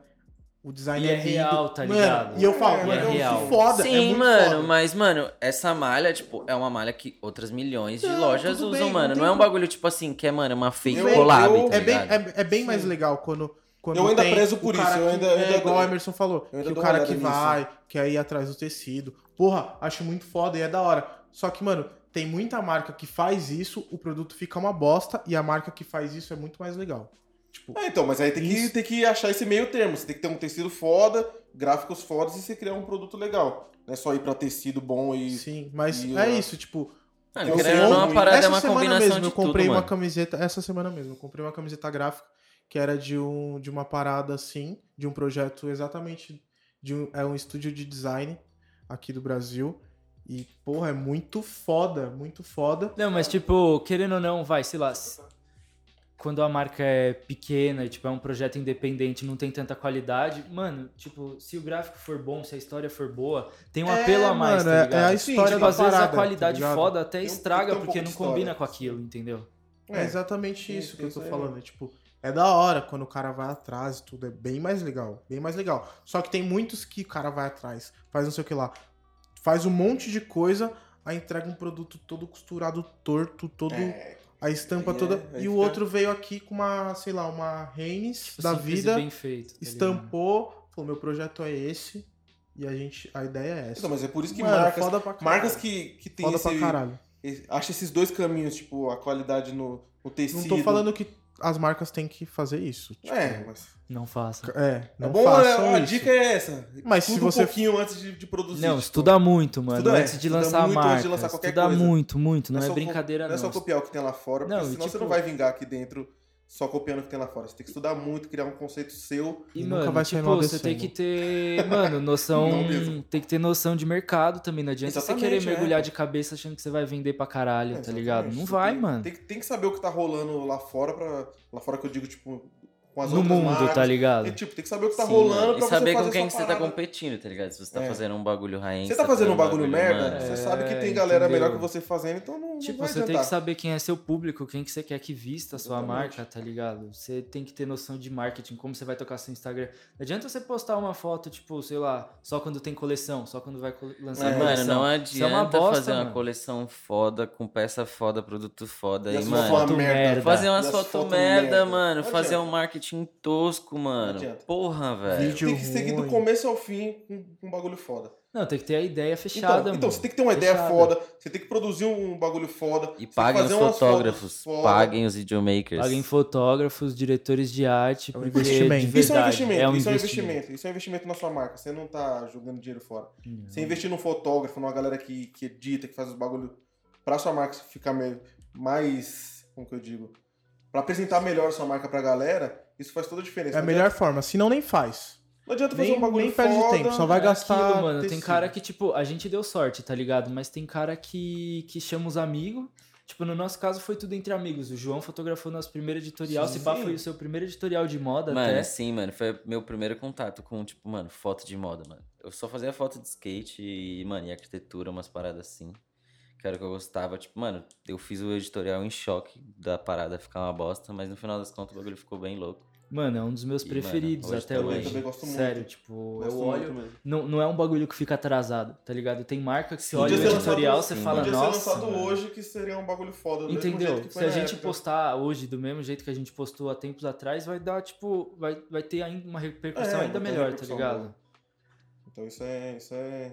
A: O design
B: E
A: é,
B: é
A: lindo.
B: real, tá
A: Mano,
B: ligado?
A: E eu falo,
C: É,
A: mano,
B: é real.
A: que foda. é
D: Sim,
A: muito
D: mano,
A: foda.
D: mas, mano, essa malha, tipo, é uma malha que outras milhões de
A: Não,
D: lojas
A: tudo
D: usam,
A: bem, não
D: mano.
A: tem
D: Não é um
A: pro-
D: bagulho, tipo assim, que é, mano, uma fake
A: Tudo bem,
D: collab,
C: eu-
D: tá
A: É bem,
D: ligem
A: é, é bem mais
C: Sim.
A: legal quando. quando
C: Eu ainda
A: tem
C: prezo
A: o
C: por
A: cara
C: isso, eu
A: que-
C: ainda- eu
A: é
C: ainda
A: igual o
C: dou-
A: Emerson falou.
C: eu ainda
A: Que o
C: dou uma
A: cara
C: olhada
A: que
C: nisso.
A: vai, quer ir atrás do tecido. Porra, acho muito foda e é da hora. Só que, mano, tem muita marca que faz isso, o produto fica uma bosta e a marca que faz isso é muito mais legal. Tipo,
C: Ah, então, mas aí tem que,
A: Isso.
C: tem que achar esse meio termo. Você tem que ter um tecido foda, gráficos fodas e você criar um produto legal. Não é só ir pra tecido bom e.
A: sim, mas
C: e,
A: é
C: ó,
A: isso, tipo.
D: Mano,
C: Eu
D: querendo ou
C: sei,
D: não, a
C: eu-
D: parada
A: essa
D: é uma
A: semana
D: combinação
A: mesmo
D: de
A: eu comprei
D: tudo,
A: uma
D: mano.
A: camiseta, essa semana mesmo, eu comprei uma camiseta gráfica que era de um de uma parada assim, de um projeto exatamente de um, é um estúdio de design aqui do Brasil. E, porra, é muito foda, muito foda.
B: Não, mas tipo, querendo ou não, vai, sei lá. se- Quando a marca é pequena e tipo, é um projeto independente, não tem tanta qualidade, mano, tipo, se o gráfico for bom, se a história for boa, tem um
A: É,
B: apelo a mais,
A: mano, é-
B: tá
A: é
B: ligado?
A: a história
B: tipo,
A: da
B: às vezes
A: parada,
B: a qualidade
A: tá ligado?
B: foda até
C: Tem um-
B: estraga
C: tem um
B: porque
C: pouco
B: não
C: de história.
B: combina com aquilo, entendeu?
A: É, exatamente
C: tem-
A: isso que
C: tem
A: eu tô
C: isso aí,
A: falando. é, tipo, é da hora quando o cara vai atrás e tudo. É bem mais legal. Bem mais legal. Só que tem muitos que o cara vai atrás, faz não sei o que lá. faz um monte de coisa, aí entrega um produto todo costurado torto, todo.
D: É.
A: A estampa
C: aí é-
A: toda.
C: aí
A: e o
C: fica-
A: outro veio aqui com uma, sei lá, uma Reines
B: Tipo,
A: da
B: simples e
A: vida,
B: bem feito, tá ligado?
A: estampou, falou: meu projeto é esse, e a gente. A ideia é essa.
C: Então, mas é por isso que
A: Mano,
C: marcas,
A: foda pra caralho.
C: marcas que, que tem
A: Foda
C: esse,
A: pra caralho.
C: esse- acha esses dois caminhos, tipo, a qualidade no, no tecido.
A: Não tô falando que as marcas têm que fazer isso. tipo,
C: É, mas...
B: Não faça.
A: É, não
C: é bom,
A: façam
C: né? a
A: isso.
C: dica é essa.
A: Mas se
C: Estuda
A: você-
C: um pouquinho antes de, de produzir.
B: Não,
C: tipo,
B: estuda muito, mano.
C: estuda- é,
B: antes de
C: estuda
B: lançar a
C: muito
B: marca.
C: antes de lançar qualquer
B: estuda
C: coisa.
B: muito, muito. Não,
C: Não é
B: é,
C: só co-
B: brincadeira,
C: Não
B: não.
C: é só copiar o que tem lá fora, porque
B: Não, e
C: senão você
B: tipo-
C: não vai vingar aqui dentro só copiando o que tem lá fora. Você tem que estudar muito, criar um conceito seu.
A: E
B: E,
A: nunca
B: mano,
A: vai sair
B: tipo,
A: nada
B: você
A: desse
B: tem
A: jogo.
B: que ter, mano, noção.
C: Não mesmo.
B: tem que ter noção de mercado também. Não adianta você
C: Exatamente,
B: querer
C: é.
B: mergulhar de cabeça achando que você vai vender pra
D: É,
B: caralho, tá
C: Exatamente.
B: ligado? Não
C: Você
B: vai,
C: tem-
B: mano.
C: Tem, que- tem que saber o que tá rolando lá fora, pra, lá fora que eu digo, tipo, com as
B: No
C: outras
B: mundo,
C: marcas.
B: tá ligado?
C: E, tipo, tem que saber o que tá
D: Sim,
C: rolando
D: mano.
C: pra
D: E saber
C: você fazer
D: com quem
C: a
D: que
C: sua
D: você tá
C: parada.
D: competindo, tá ligado? Se você tá
C: É.
D: fazendo um bagulho rainha.
C: Você tá fazendo um bagulho merda,
D: mano,
C: você
B: É,
C: sabe que tem galera
B: entendeu?
C: melhor que você fazendo, então não,
B: Tipo,
C: não vai
B: você tem
C: adiantar.
B: que saber quem é seu público, quem que você quer que vista a sua
C: Exatamente.
B: marca, tá ligado? Você tem que ter noção de marketing, como você vai tocar seu Instagram. Não adianta você postar uma foto, tipo, sei lá, só quando tem coleção, só quando vai cole- lançar
C: É,
D: Mano,
B: coleção. Isso
D: não
B: é
D: adianta
B: uma bosta,
D: fazer uma
B: mano.
D: coleção foda, com peça foda, produto foda.
C: E
D: E,
C: as fotos
D: mano,
C: uma merda.
B: merda.
D: fazer
C: E
D: umas
C: as
D: fotos
C: fotos
D: merda,
C: merda.
D: mano.
C: Não
D: Fazer um
C: adianta.
D: marketing tosco, mano.
C: adianta.
D: Porra, velho.
A: Vídeo
C: Tem que seguir do
A: ruim.
C: começo ao fim com com um bagulho foda.
B: Não, tem que ter a ideia fechada,
C: Então,
B: mano.
C: então, você tem que ter uma ideia
B: Fechada.
C: foda, você tem que produzir um bagulho foda. você tem
D: E
C: que
D: paguem os
C: fazer umas
D: fotógrafos,
C: fotos foda.
D: paguem os videomakers.
B: Paguem fotógrafos, diretores de arte,
A: É um
B: porque
A: investimento.
B: de
C: Isso é um
B: verdade,
C: investimento,
B: é um
C: isso é um
B: investimento.
C: investimento. Isso é um investimento na sua marca. Você não tá jogando dinheiro fora. Você investir num fotógrafo, numa galera que, que edita, que faz os bagulho pra sua marca ficar me- mais. Como que eu digo? Pra apresentar melhor sua marca pra galera, isso faz toda a diferença.
A: É a
C: Não
A: melhor forma, se não nem faz.
C: adianta- Não adianta fazer
A: nem-
C: um bagulho
A: nem perde
C: foda,
A: tempo, só vai
B: É
A: gastar
B: aquilo, mano. Tem
A: tecido.
B: cara que, tipo, a gente deu sorte, tá ligado? Mas tem cara que, que chama os amigos. Tipo, no nosso caso foi tudo entre amigos. O João fotografou nosso primeiro editorial.
C: Sim.
B: Se pá, foi o seu primeiro editorial de moda
D: Mano,
B: até.
D: sim, mano. Foi meu primeiro contato com, tipo, mano, foto de moda, mano. Eu só fazia foto de skate e, mano, e arquitetura, umas paradas assim. Que era o que eu gostava. Tipo, mano, eu fiz o editorial em choque da parada ficar uma bosta, mas no final das contas o bagulho ficou bem louco.
B: Mano, é um dos meus
D: E, mano,
B: preferidos
D: hoje
B: até
D: também.
B: hoje.
D: Eu também
C: gosto muito.
B: Sério, tipo,
C: Gosto
B: eu
C: muito
B: olho.
C: mesmo.
B: Não, não é um bagulho que fica atrasado, tá ligado? Tem marca que você olha
D: Podia
B: o
D: ser lançado-
B: editorial, você
D: sim,
B: fala,
C: assim, né? Podia ser
B: nossa.
C: lançado
B: mano."
C: hoje que seria um bagulho foda. do mesmo jeito
B: Entendeu?
C: que foi
B: Se a
C: na
B: gente
C: época.
B: postar hoje do mesmo jeito que a gente postou há tempos atrás, vai dar, tipo, vai, vai ter ainda uma repercussão
C: É,
B: ainda
C: vai ter
B: melhor, tá
C: repercussão
B: ligado?
C: boa. Então isso é, isso é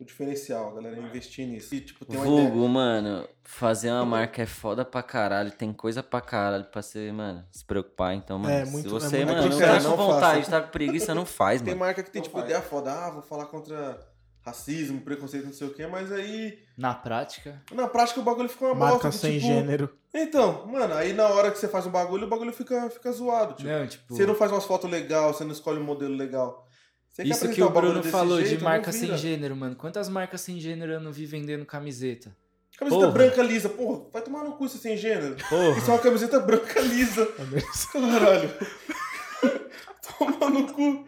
C: o diferencial, galera, é investir nisso. E, tipo, tem uma ideia.
D: Vulgo, mano, fazer uma marca é foda pra caralho. Tem coisa pra caralho pra você, mano, se preocupar. Então, mano,
A: É,
D: se
A: muito-
D: você,
A: é muito
D: mano, não tá
C: complicado.
D: com
C: Não faça.
D: vontade, tá com preguiça, não faz,
C: Tem
D: mano.
C: marca que tem,
E: Não
C: tipo,
E: faz.
C: ideia foda, ah, vou falar contra racismo, preconceito, não sei o quê, mas aí,
B: Na prática.
C: na prática, o bagulho ficou uma
A: Marca
C: bosta,
A: sem
C: tipo,
A: gênero.
C: Então, mano, aí na hora que você faz um bagulho, o bagulho fica, fica zoado, tipo.
B: não, tipo.
C: Você não faz umas fotos legais, você não escolhe um modelo legal. Você quer
B: Isso que
C: apresentar
B: o
C: um bagulho
B: Bruno
C: desse
B: falou
C: jeito,
B: de
C: não
B: marca
C: vira.
B: sem gênero, mano. Quantas marcas sem gênero eu não vi vendendo camiseta?
C: Camiseta
B: Porra.
C: branca lisa, porra, vai tomar no cu isso sem gênero. Isso é
B: Porra.
C: uma camiseta branca lisa. Caralho. Toma no cu.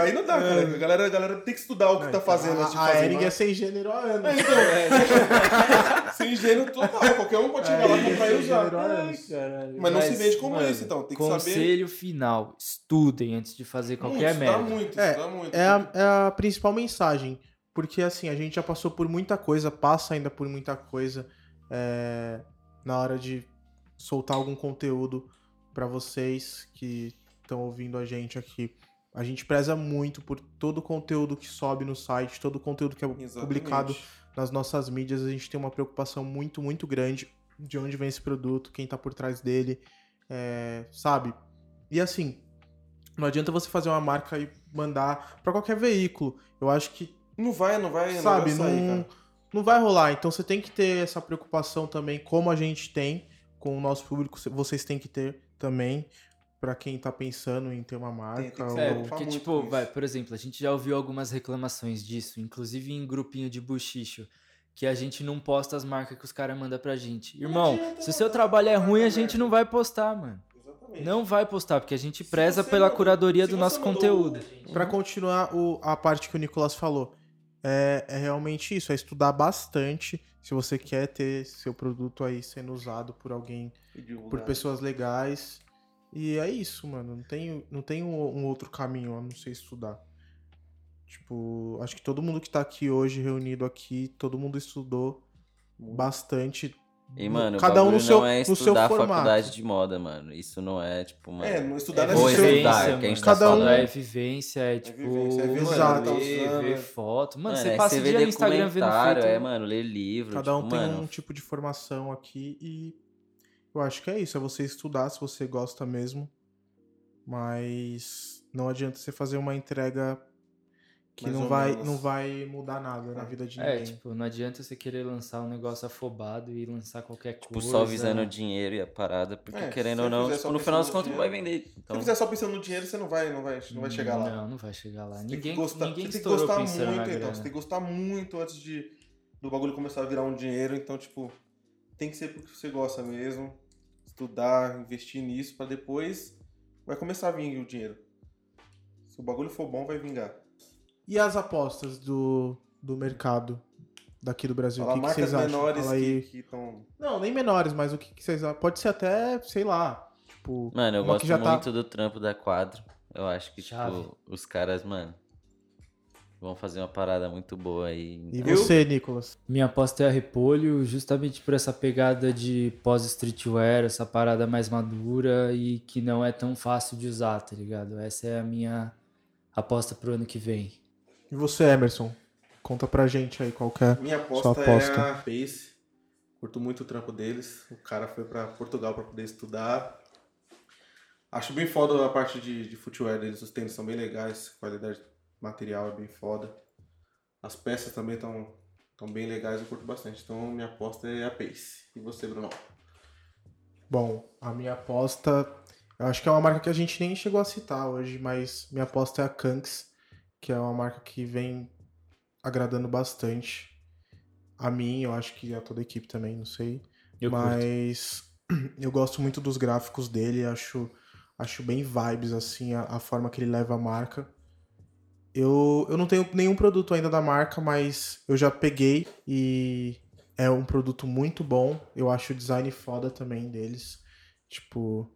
C: Aí não dá, cara.
B: É.
C: A galera, a galera tem que estudar o que
B: então,
C: tá fazendo antes de
A: A, a
C: fazer.
A: Ering
C: né?
A: é sem gênero há anos.
C: É, então, é. sem gênero total. Qualquer um pode chegar lá,
A: Ering é
C: comprar e
A: sem
C: usar.
A: gênero há anos.
C: Mas não se vende como esse, então. Tem que saber.
B: Conselho final: estudem antes de fazer qualquer
C: muito, tá
B: merda.
C: Estudar muito,
A: É,
C: estudar muito.
A: é a, é a principal mensagem. Porque assim, a gente já passou por muita coisa, passa ainda por muita coisa é, na hora de soltar algum conteúdo pra vocês que estão ouvindo a gente aqui. A gente preza muito por todo o conteúdo que sobe no site, todo o conteúdo que é
C: Exatamente.
A: publicado nas nossas mídias, a gente tem uma preocupação muito, muito grande de onde vem esse produto, quem tá por trás dele, é, sabe? E assim, não adianta você fazer uma marca e mandar pra qualquer veículo. Eu acho que,
C: Não vai, não vai,
A: sabe,
C: não vai sair,
A: não,
C: cara.
A: não vai rolar. Então você tem que ter essa preocupação também, como a gente tem com o nosso público, vocês têm que ter também, pra quem tá pensando em ter uma marca.
C: Tem- tem que
A: ou-
C: ser
B: É,
C: Então, Eu falo
B: porque,
C: muito
B: tipo,
C: com
B: vai,
C: isso.
B: por exemplo, a gente já ouviu algumas reclamações disso, inclusive em grupinho de buchicho, que a gente não posta as marcas que os caras mandam pra gente. Irmão,
C: adianta
B: se o seu
C: não postar
B: trabalho é
C: marca
B: ruim, a
C: aberta.
B: gente não vai postar, mano.
C: Exatamente.
B: Não vai postar, porque a gente
C: Se
B: preza
C: você
B: pela
C: mandou-
B: curadoria
C: se
B: do
C: você
B: nosso
C: mandou-
B: conteúdo.
A: Pra continuar o- a parte que o Nicolas falou, é, é realmente isso, é estudar bastante se você quer ter seu produto aí sendo usado por alguém,
C: E divulgar.
A: por pessoas legais. E é isso, mano. Não tem, não tem um, um outro caminho a não ser estudar. Tipo, acho que todo mundo que tá aqui hoje, reunido aqui, todo mundo estudou bastante.
D: E,
A: no-
D: mano,
A: cada um
D: o bagulho
A: no seu,
D: não é
A: no seu
D: estudar a
A: formato.
D: faculdade de moda, mano. Isso não é, tipo, mano...
C: É, não estudar
B: É,
C: nessa
D: Ou
B: vivência,
D: estudar,
B: mano.
D: que a gente
A: Cada
D: tá
A: um-
D: falando.
B: É vivência, é tipo.
C: vivência, é
A: mano,
C: ver,
B: mano,
A: tá
B: ver,
C: usando,
B: ver
C: é.
B: foto. Mano,
D: Mano,
B: você
D: aí
B: passa o
D: vê
B: dia no Instagram vendo né?
D: documentário,
B: foto.
D: É, mano, ler livro.
A: Cada um
D: tipo,
A: tem
D: mano,
A: um tipo de formação aqui e eu acho que é isso, é você estudar se você gosta mesmo. Mas não adianta você fazer uma entrega que
C: Mais
A: não
C: ou
A: vai,
C: menos.
A: não vai mudar nada na vida de
B: É,
A: ninguém.
B: tipo, não adianta você querer lançar um negócio afobado e lançar qualquer
D: Tipo,
B: coisa. né?
D: só visando o dinheiro e a parada, porque
C: É,
D: querendo
C: se
D: ou não,
C: fizer
D: tipo,
C: só
D: no final das
C: pensando
D: contas
C: no
D: não vai vender.
C: Se você
D: Então,
C: fizer só pensando no dinheiro, você não vai, não vai, não vai chegar lá.
B: Não, não vai chegar lá.
C: Você tem que
B: Ninguém,
C: gostar,
B: ninguém
C: você tem que
B: estourou
C: gostar
B: pensando né? na
C: muito, então.
B: grana.
C: Você tem que gostar muito antes de do bagulho começar a virar um dinheiro. Então, tipo, tem que ser porque você gosta mesmo. Estudar, investir nisso, pra depois vai começar a vir o dinheiro. Se o bagulho for bom, vai vingar.
A: E as apostas do, do mercado daqui do Brasil?
C: Fala
A: o que, que
C: marcas
A: vocês acham?
C: menores
A: Fala aí.
C: que estão.
A: Não, nem menores, mas o que, que vocês acham? Pode ser até, sei lá, tipo,
D: mano, eu
A: uma
D: gosto
A: que já tá-
D: muito do trampo da quadro. Eu acho que,
B: Chave.
D: tipo, os caras, mano, vão fazer uma parada muito boa aí.
A: e
D: Então,
C: Eu-
A: você, Nicolas?
B: Minha aposta é a Repolho, justamente por essa pegada de pós-streetwear, essa parada mais madura e que não é tão fácil de usar, tá ligado? Essa é a minha aposta pro ano que vem.
A: E você, Emerson? Conta pra gente aí qual que é.
C: Minha aposta,
A: Sua aposta.
C: é a Pace. Curto muito o trampo deles. O cara foi pra Portugal pra poder estudar. Acho bem foda a parte de, de footwear deles. Os tênis são bem legais. Qualidade material é bem foda. As peças também estão tão bem legais. Eu curto bastante. Então, minha aposta é a Pace. E você, Bruno?
A: Bom, a minha aposta. Eu acho que é uma marca que a gente nem chegou a citar hoje, mas minha aposta é a Kanks, que é uma marca que vem agradando bastante a mim, eu acho que a toda a equipe também, não sei.
B: Eu curto.
A: mas eu gosto muito dos gráficos dele, acho, acho bem vibes, assim, a, a forma que ele leva a marca. Eu, eu não tenho nenhum produto ainda da marca, mas eu já peguei e é um produto muito bom. Eu acho o design foda também deles. Tipo,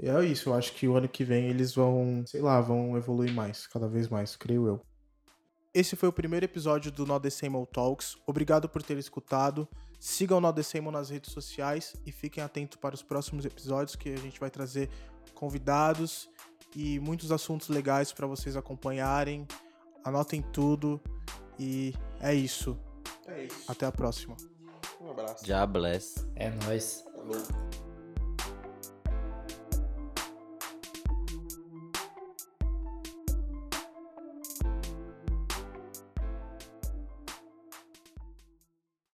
A: é isso. Eu acho que o ano que vem eles vão, sei lá, vão evoluir mais, cada vez mais, creio eu. Esse foi o primeiro episódio do No Decemble Talks. Obrigado por ter escutado. Sigam o No Decemble nas redes sociais e fiquem atentos para os próximos episódios que a gente vai trazer convidados e muitos assuntos legais para vocês acompanharem. Anotem tudo e é isso.
C: É isso.
A: Até a próxima.
C: Um abraço.
D: Já bless.
B: É nóis.
C: Falou.